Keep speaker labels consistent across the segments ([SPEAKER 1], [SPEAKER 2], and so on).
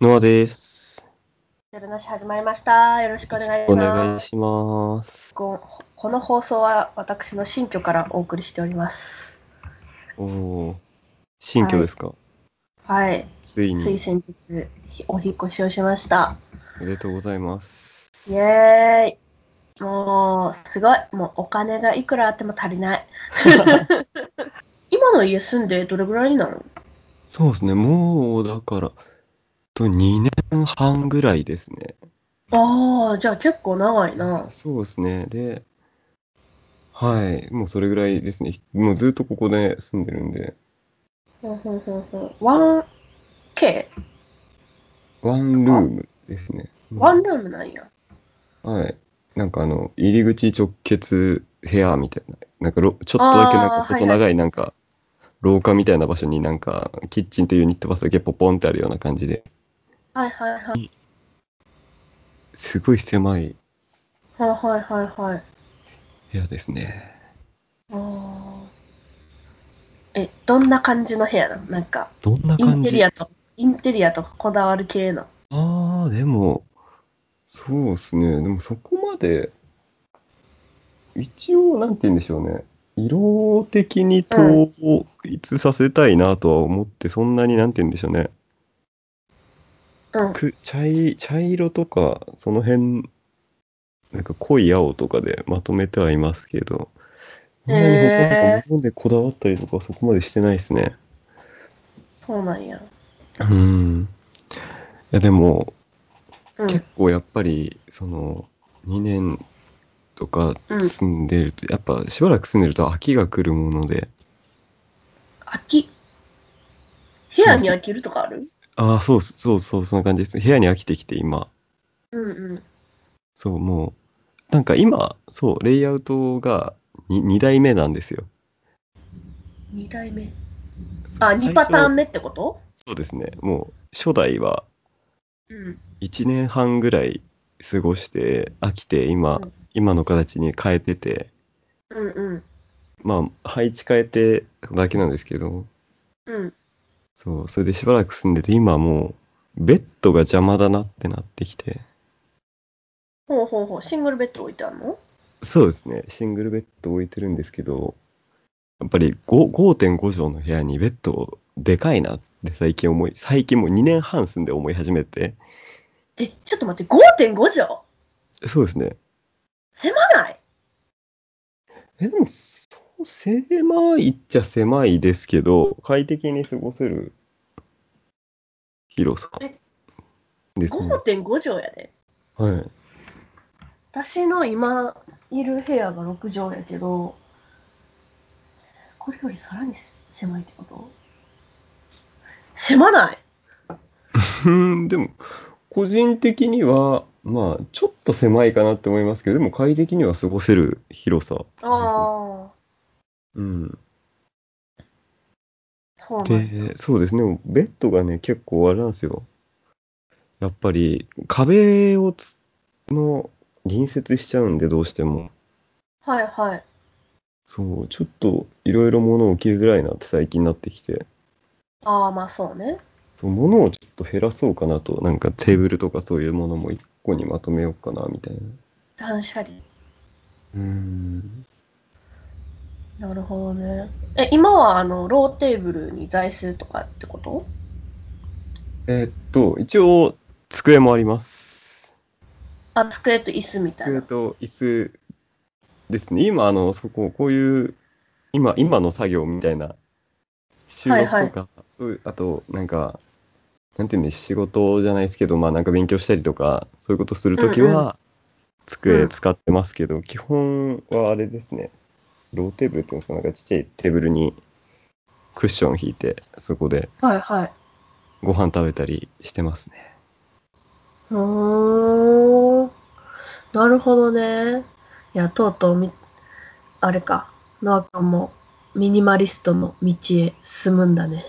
[SPEAKER 1] ノアです。
[SPEAKER 2] 夜なし始まりました。よろしくお願いし
[SPEAKER 1] お願
[SPEAKER 2] ま
[SPEAKER 1] い
[SPEAKER 2] す。
[SPEAKER 1] します。
[SPEAKER 2] ここの放送は私の新居からお送りしております。
[SPEAKER 1] おおー、新居ですか、
[SPEAKER 2] はい。
[SPEAKER 1] つい
[SPEAKER 2] つい
[SPEAKER 1] に。
[SPEAKER 2] 先日、ひお引っ越しをしました。
[SPEAKER 1] おめでとうございます。
[SPEAKER 2] イエーイ。もう、すごい。もうお金がいくらあっても足り ない。今の家住んでどれぐらいなの
[SPEAKER 1] そうですね、もうだから、と2年半ぐらいですね。
[SPEAKER 2] ああ、じゃあ結構長いな。
[SPEAKER 1] そうですね、で、はい、もうそれぐらいですね。もうずっとここで住んでるんで、
[SPEAKER 2] ほんほんほんほん。1K?
[SPEAKER 1] ワンルームですね。
[SPEAKER 2] ワンルームなんや。
[SPEAKER 1] はい。なんかあの、入り口直結部屋みたいな、なんかろちょっとだけなん
[SPEAKER 2] あ
[SPEAKER 1] か
[SPEAKER 2] ー
[SPEAKER 1] 細
[SPEAKER 2] はい
[SPEAKER 1] 長いなんか、廊下みたいな場所になんか、キッチンとユニットバスだけポポンってあるような感じで、
[SPEAKER 2] はいはいはい。
[SPEAKER 1] すごい狭い
[SPEAKER 2] はいはいはいはい。
[SPEAKER 1] 部屋ですね。
[SPEAKER 2] あーえ、どんな感じの部屋なのなんか、
[SPEAKER 1] どんな
[SPEAKER 2] イン
[SPEAKER 1] 感
[SPEAKER 2] テ
[SPEAKER 1] じ
[SPEAKER 2] リア
[SPEAKER 1] あ
[SPEAKER 2] と、インテリアとかこだわる系の。
[SPEAKER 1] あー、でも、そうですね。でもそこまで、一応、なんて言うんでしょうね。色的に統一させたいなとは思って、そんなになんて言うんでしょうね。
[SPEAKER 2] うん。
[SPEAKER 1] く茶い茶色とかその辺なんか濃い青とかでまとめてはいますけど、
[SPEAKER 2] へー
[SPEAKER 1] あんまり他なんか日本でこだわったりとかはそこまでしてないですね
[SPEAKER 2] そうなんや。
[SPEAKER 1] うんいやでも、
[SPEAKER 2] うん。
[SPEAKER 1] 結構やっぱりその2年とか
[SPEAKER 2] うん
[SPEAKER 1] 住んでると、やっぱしばらく住んでると秋が来るもので
[SPEAKER 2] 飽き。部屋に飽きるとかある
[SPEAKER 1] ああそうそうそうそんな感じです部屋に飽きてきて今
[SPEAKER 2] うんうん。
[SPEAKER 1] そうもうなんか今そうレイアウトが 2, 2代目なんですよ
[SPEAKER 2] 二代目。あ、二パターン目ってこと
[SPEAKER 1] そうですね。もう初代は
[SPEAKER 2] うん。
[SPEAKER 1] 1年半ぐらい過ごして飽きて今、
[SPEAKER 2] うん
[SPEAKER 1] 今の形に変えてて、
[SPEAKER 2] うんうん。
[SPEAKER 1] まあ配置変えてただけなんですけど、
[SPEAKER 2] うん。
[SPEAKER 1] そう、それでしばらく住んでて今もうベッドが邪魔だなってなってきて、
[SPEAKER 2] ほうほうほう。シングルベッド置いてあるの
[SPEAKER 1] そうですね、シングルベッド置いてるんですけど、やっぱり5 5.5畳の部屋にベッドでかいなって最近思い、最近もう2年半住んで思い始めて、
[SPEAKER 2] え、ちょっと待って、5.5畳
[SPEAKER 1] そうですね、
[SPEAKER 2] 狭ない
[SPEAKER 1] え、でも、そう、狭いっちゃ狭いですけど、快適に過ごせる広さ
[SPEAKER 2] え
[SPEAKER 1] ですね。
[SPEAKER 2] ?5.5 畳やで。
[SPEAKER 1] はい。
[SPEAKER 2] 私の今いる部屋が6畳やけど、これよりさらに狭いってこと狭ない
[SPEAKER 1] うん、でも、個人的には、まあ、ちょっと狭いかなって思いますけど、でも快適には過ごせる広さですね。
[SPEAKER 2] ああ、
[SPEAKER 1] うん。
[SPEAKER 2] そうなん
[SPEAKER 1] で、そうですね、ベッドがね、結構あれなんですよ。やっぱり、壁をつ、の、隣接しちゃうんで、どうしても。
[SPEAKER 2] はいはい。
[SPEAKER 1] そう、ちょっといろいろ物を置きづらいなって最近なってきて、
[SPEAKER 2] ああ、まあそうね。
[SPEAKER 1] そう物をちょっと減らそうかなと、なんかテーブルとかそういうものも一個にまとめようかなみたいな。
[SPEAKER 2] 断捨離。
[SPEAKER 1] うん。
[SPEAKER 2] なるほどね。え、今はあの、ローテーブルに座椅子とかってこと
[SPEAKER 1] えーっと、一応、机もあります。
[SPEAKER 2] あ、机と椅子みたい
[SPEAKER 1] 机
[SPEAKER 2] な。
[SPEAKER 1] と椅子ですね。今、あの、そこ、こういう、今、今の作業みたいな、収録とか、
[SPEAKER 2] はいは
[SPEAKER 1] そういう、あと、なんか、なんていうんで仕事じゃないですけど、まあ、なんか勉強したりとか、そういうことするとき
[SPEAKER 2] うんう
[SPEAKER 1] は、机使ってますけど、基本はあれですね、ローテーブルって言うんですか、なんかちっちゃいテーブルにクッション引いて、そこで
[SPEAKER 2] はいはい。
[SPEAKER 1] ご飯食べたりしてますね。
[SPEAKER 2] うーん。なるほどね。いや、とうとうみ、あれか、ノア君もミニマリストの道へ進むんだね。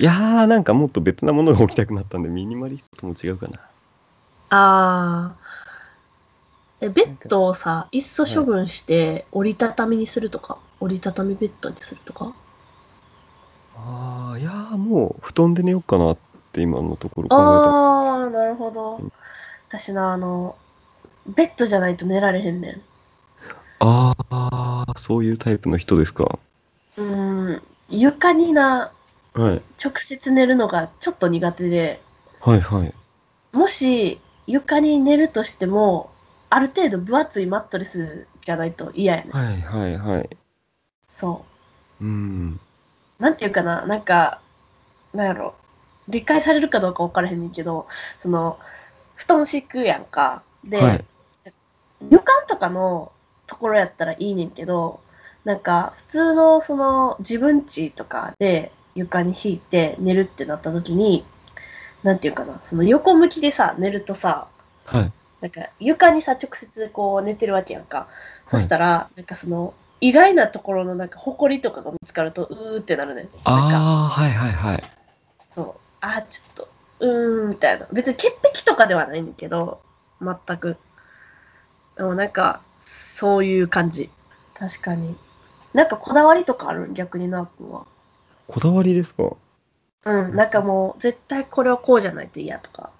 [SPEAKER 1] いやー、なんかもっと別なものが置きたくなったんで、ミニマリストとも違うかな。
[SPEAKER 2] あー。え、ベッドをさ、いっそ処分して折りたたみにするとか、折りたたみベッドにするとか。
[SPEAKER 1] あー、いやー、もう布団で寝ようかなって今のところ考えてます。
[SPEAKER 2] あ、なるほど
[SPEAKER 1] うん。
[SPEAKER 2] 私な、あの、ベッドじゃないと寝られへんねん。
[SPEAKER 1] ああ、そういうタイプの人ですか。
[SPEAKER 2] うーん、床にな、
[SPEAKER 1] はい。
[SPEAKER 2] 直接寝るのがちょっと苦手で、
[SPEAKER 1] はいはい。
[SPEAKER 2] もし床に寝るとしても、ある程度分厚いマットレスじゃないと嫌やねん。
[SPEAKER 1] はいはいはい。
[SPEAKER 2] そ
[SPEAKER 1] うん。
[SPEAKER 2] う。なんていうかな、なんか、なんやろ、理解されるかどうか分からへんねんけど、その、布団敷くやんか。で、
[SPEAKER 1] はい。
[SPEAKER 2] 旅館とかのところやったらいいねんけどなんか普通のその自分家とかで床に敷いて寝るってなった時になんていうかなその横向きでさ寝るとさ
[SPEAKER 1] はい。
[SPEAKER 2] なんか床にさ直接こう寝てるわけやんか、そしたらなんかその意外なところのなんか埃とかが見つかるとうーってなるねんなんか
[SPEAKER 1] ああ、はいはいはい。
[SPEAKER 2] そうあーちょっとうーんみたいな別に潔癖とかではないんだけど全くでもなんかそういう感じ確かになんかこだわりとかある逆になーくんは
[SPEAKER 1] こだわりですか
[SPEAKER 2] うんなんかもう絶対これはこうじゃないと嫌とか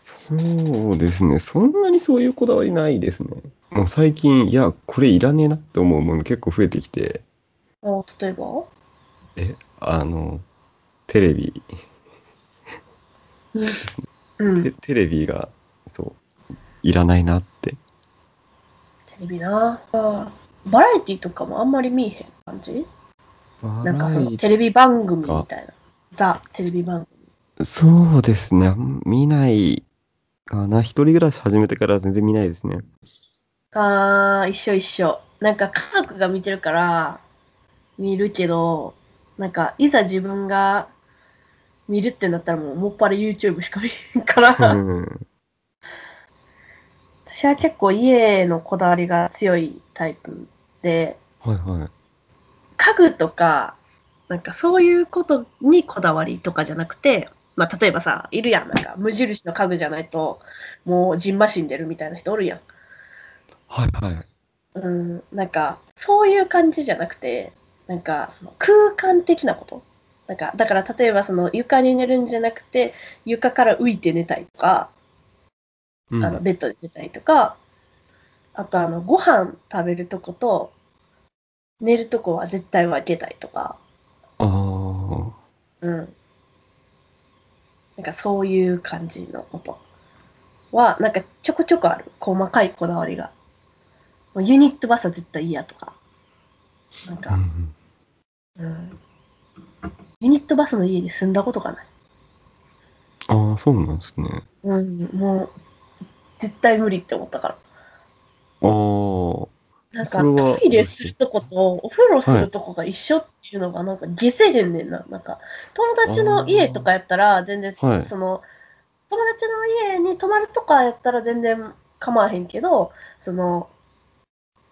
[SPEAKER 1] そうですね。そんなにそういうこだわりないですね。もう最近、いや、これいらねえなって思うもの結構増えてきて、
[SPEAKER 2] お例えば
[SPEAKER 1] え、あの、テレビ、
[SPEAKER 2] うん
[SPEAKER 1] テ
[SPEAKER 2] テ
[SPEAKER 1] テレビが、そう、いらないなって。
[SPEAKER 2] レビなあーバラエティとかもあんまり見えへん感じなんかそのテレビ番組みたいなザ・テレビ番組
[SPEAKER 1] そうですね。あん見ないかな。一人暮らし始めてから全然見ないです ね。
[SPEAKER 2] あー一緒一緒なんか家族が見てるから見るけどなんかいざ自分が見るってなったらもうもっぱら YouTube しか見へんから、
[SPEAKER 1] うん。
[SPEAKER 2] 私は結構家のこだわりが強いタイプで
[SPEAKER 1] はいはい。
[SPEAKER 2] 家具とかなんかそういうことにこだわりとかじゃなくて、まあ、例えばさいるやんなんか無印の家具じゃないともうじんましんでるみたいな人おるやん
[SPEAKER 1] はいはい。
[SPEAKER 2] うん、なんか、そういう感じじゃなくて、なんか、その空間的なこと。なんか、だから例えばその床に寝るんじゃなくて、床から浮いて寝たいとか、
[SPEAKER 1] うん、
[SPEAKER 2] あのベッドで寝たいとか、あとあの、ご飯食べるとこと、寝るとこは絶対分けたいとか、
[SPEAKER 1] あー
[SPEAKER 2] うん。なんかそういう感じのことは、なんかちょこちょこある。細かいこだわりが。もうユニットバスは絶対嫌とか。なん
[SPEAKER 1] う
[SPEAKER 2] か、
[SPEAKER 1] ん
[SPEAKER 2] うん。ユニットバスの家に住んだことがない。
[SPEAKER 1] うん、ああ、そうなんですね。
[SPEAKER 2] うん、もう、絶対無理って思ったから。
[SPEAKER 1] ああ。
[SPEAKER 2] なん
[SPEAKER 1] それは
[SPEAKER 2] か、トイレするとこと、お風呂するとこが一緒っていうのが、なんか、下せへんねんな。なんか、友達の家とかやったら、全然、
[SPEAKER 1] はい
[SPEAKER 2] その、友達の家に泊まるとかやったら全然構わへんけど、その、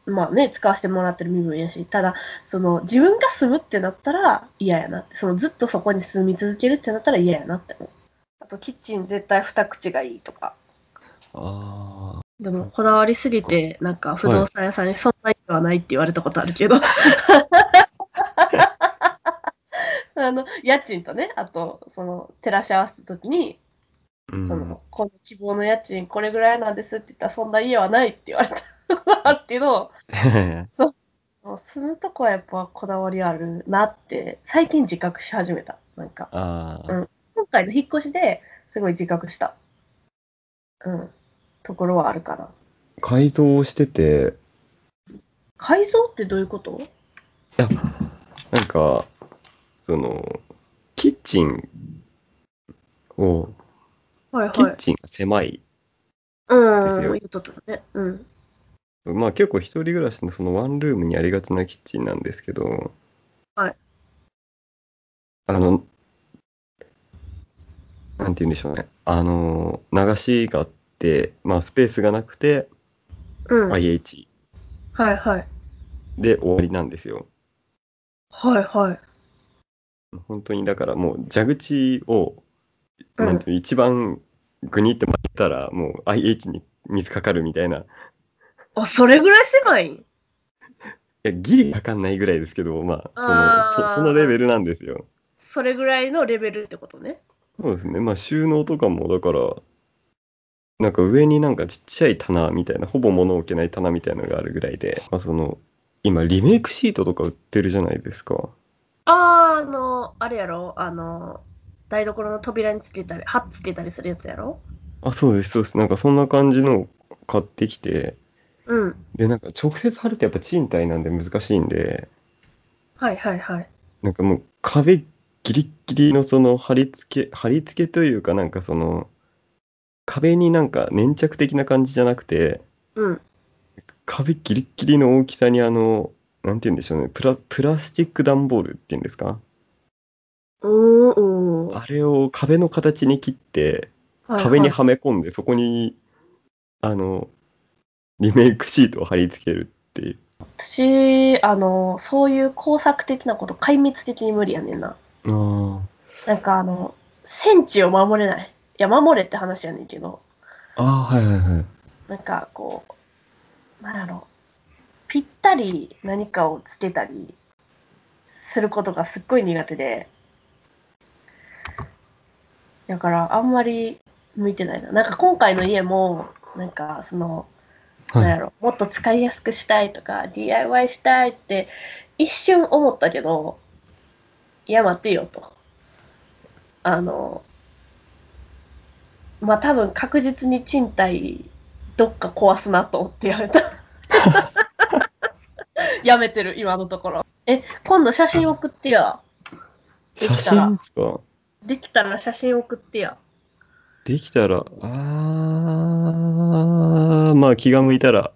[SPEAKER 2] まあね、使わせてもらってる身分やし、ただ、その、自分が住むってなったら嫌やなって、その、ずっとそこに住み続けるってなったら嫌やなって思う。あと、キッチン絶対二口がいいとか。
[SPEAKER 1] あ
[SPEAKER 2] でもこだわりすぎて、なんか不動産屋さんにそんな意味はないって言われたことある けど。あの家賃とね、あとその照らし合わせたときに、
[SPEAKER 1] あ、うん
[SPEAKER 2] その、この希望の家賃これぐらいなんですって言ったら、そんな家はないって言われたことあるけど、もう住むとこはやっぱこだわりあるなって、最近自覚し始めた。なんか、
[SPEAKER 1] ああ、
[SPEAKER 2] うん今回の引っ越しですごい自覚した。うん、ところはあるかな。
[SPEAKER 1] 改造をしてて、
[SPEAKER 2] 改造ってどういうこと
[SPEAKER 1] いや、なんか、その、キッチンを、
[SPEAKER 2] はい
[SPEAKER 1] キ
[SPEAKER 2] は
[SPEAKER 1] ッ
[SPEAKER 2] い。
[SPEAKER 1] チンが狭い。
[SPEAKER 2] うん、
[SPEAKER 1] ですよ
[SPEAKER 2] 言うとったね。うん。
[SPEAKER 1] まあ結構一人暮らしのそのワンルームにありがちなキッチンなんですけど、
[SPEAKER 2] はい。
[SPEAKER 1] あの、なんて言うんでしょうね。あの、流しがあって、まあスペースがなくて、
[SPEAKER 2] うん。はい
[SPEAKER 1] IH
[SPEAKER 2] はい。はい
[SPEAKER 1] で終わりなんですよ。
[SPEAKER 2] はい。
[SPEAKER 1] 本当にだからもう蛇口を、
[SPEAKER 2] うん
[SPEAKER 1] なんていうの一番グニって巻いたらもう IH に水かかるみたいない
[SPEAKER 2] あ、それぐらい狭いん
[SPEAKER 1] やギリかかんないぐらいですけどまあその
[SPEAKER 2] あー
[SPEAKER 1] そそのレベルなんですよ
[SPEAKER 2] それぐらいのレベルってことね。
[SPEAKER 1] そうですね。まあ収納とかも、だから、なんか上になんかちっちゃい棚みたいな、ほぼ物置けない棚みたいなのがあるぐらいで、まあその、今リメイクシートとか売ってるじゃないですか。
[SPEAKER 2] あーあの、あれやろあの、台所の扉につけたり、貼っつけたりするやつやろ
[SPEAKER 1] あ、そうです、そうです。なんかそんな感じのを買ってきて、
[SPEAKER 2] うん。
[SPEAKER 1] で、なんか直接貼るとやっぱ賃貸なんで難しいんで、
[SPEAKER 2] はいはいはい。
[SPEAKER 1] なんかもう壁ギリッギリのその貼り付け、貼り付けというかなんかその、壁になんか粘着的な感じじゃなくて、
[SPEAKER 2] うん。
[SPEAKER 1] 壁ギリッギリの大きさにあの、なんて言うんでしょうね、プラ、プラスチック段ボールっていうんですか
[SPEAKER 2] おーおー
[SPEAKER 1] あれを壁の形に切って、
[SPEAKER 2] はいはい
[SPEAKER 1] 壁にはめ込んで、そこに、あの、リメイクシートを貼り付けるっていう。
[SPEAKER 2] 私、あの、そういう工作的なこと、壊滅的に無理やねんな。
[SPEAKER 1] あ
[SPEAKER 2] なんかあの、戦地を守れない。いや、守れって話やねんけど、
[SPEAKER 1] あ。ああ、はいはいはい。
[SPEAKER 2] なんかこう、なんやろぴったり何かをつけたりすることがすっごい苦手で、だからあんまり向いてないな。なんか今回の家も、なんかその、なんやろ、もっと使いやすくしたいとか、DIY したいって一瞬思ったけど、いや、待ってよと。あの、まあ、多分確実に賃貸どっか壊すなと思ってやめ た。やめてる、今のところ。え、今度写真送ってや。できた
[SPEAKER 1] 写
[SPEAKER 2] ら
[SPEAKER 1] 真ですか
[SPEAKER 2] できたら写真送ってや。
[SPEAKER 1] できたら、ああ、まあ気が向いたら。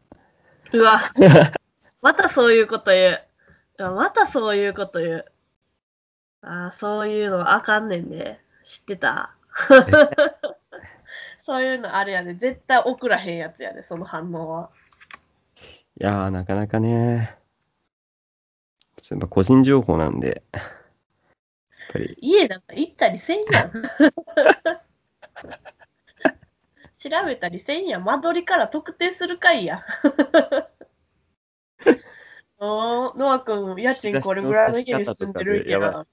[SPEAKER 2] う わ、またそういうこと言う。うわまたそういうこと言う。ああ、そういうのあかんねんで。知ってた そういうのあるやね。絶対送らへんやつやね、その反応は。
[SPEAKER 1] いやー、なかなかね。ちょっとやっぱ個人情報なんで。やっぱり、
[SPEAKER 2] 家なんか行ったりせんやん。 調べたりせんやん。間取りから特定するかいや。 おーノア君、家賃これぐらいの家に住んでるんや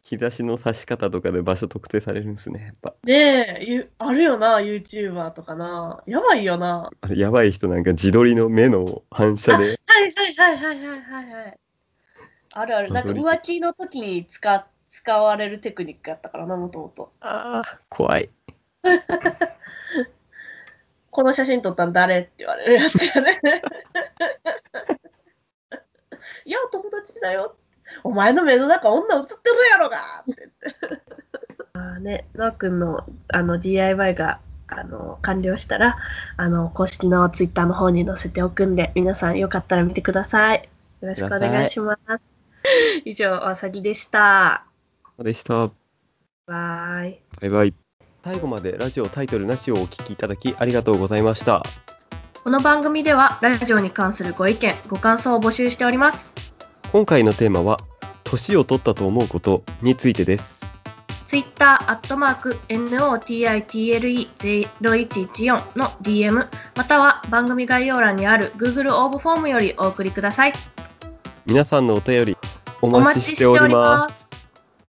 [SPEAKER 1] 日差しの差し方とかで
[SPEAKER 2] な。え
[SPEAKER 1] やばあー日差しの差し方とかで場所特定されるんですね。やっぱ、
[SPEAKER 2] ねえ、ゆあるよな、YouTuber とかな。やばいよな。
[SPEAKER 1] あれやばい人なんか自撮りの目の反 射で、
[SPEAKER 2] はいはいはいはいはいはいはい。あるある。なんか
[SPEAKER 1] 踊り手
[SPEAKER 2] 浮気の時に使使われるテクニックやったからな、もともと。
[SPEAKER 1] ああ、怖い。
[SPEAKER 2] この写真撮ったん誰って言われるやつや ね。いや、お友達だよ。お前の目の中女映ってるや ろがって言って。あーね、ノア君のあの DIY があの完了したらあの、公式のツイッターの方に載せておくんで、皆さんよかったら見てください。よろしくお願いします。以上、あさぎでした。
[SPEAKER 1] そうでした。
[SPEAKER 2] バイ。
[SPEAKER 1] バイバイ。最後までラジオタイトルなしをお聞きいただきありがとうございました。
[SPEAKER 2] この番組ではラジオに関するご意見、ご感想を募集しております。
[SPEAKER 1] 今回のテーマは、年を取ったと思うことについてです。
[SPEAKER 2] ツイッターアットマーク NOTITLE0114 の DM または番組概要欄にある Google 応募フォームよりお送りください。
[SPEAKER 1] 皆さんのお便りお
[SPEAKER 2] お
[SPEAKER 1] 待
[SPEAKER 2] 待
[SPEAKER 1] ち
[SPEAKER 2] ちし
[SPEAKER 1] しててお
[SPEAKER 2] お
[SPEAKER 1] り
[SPEAKER 2] り
[SPEAKER 1] ます。
[SPEAKER 2] ます。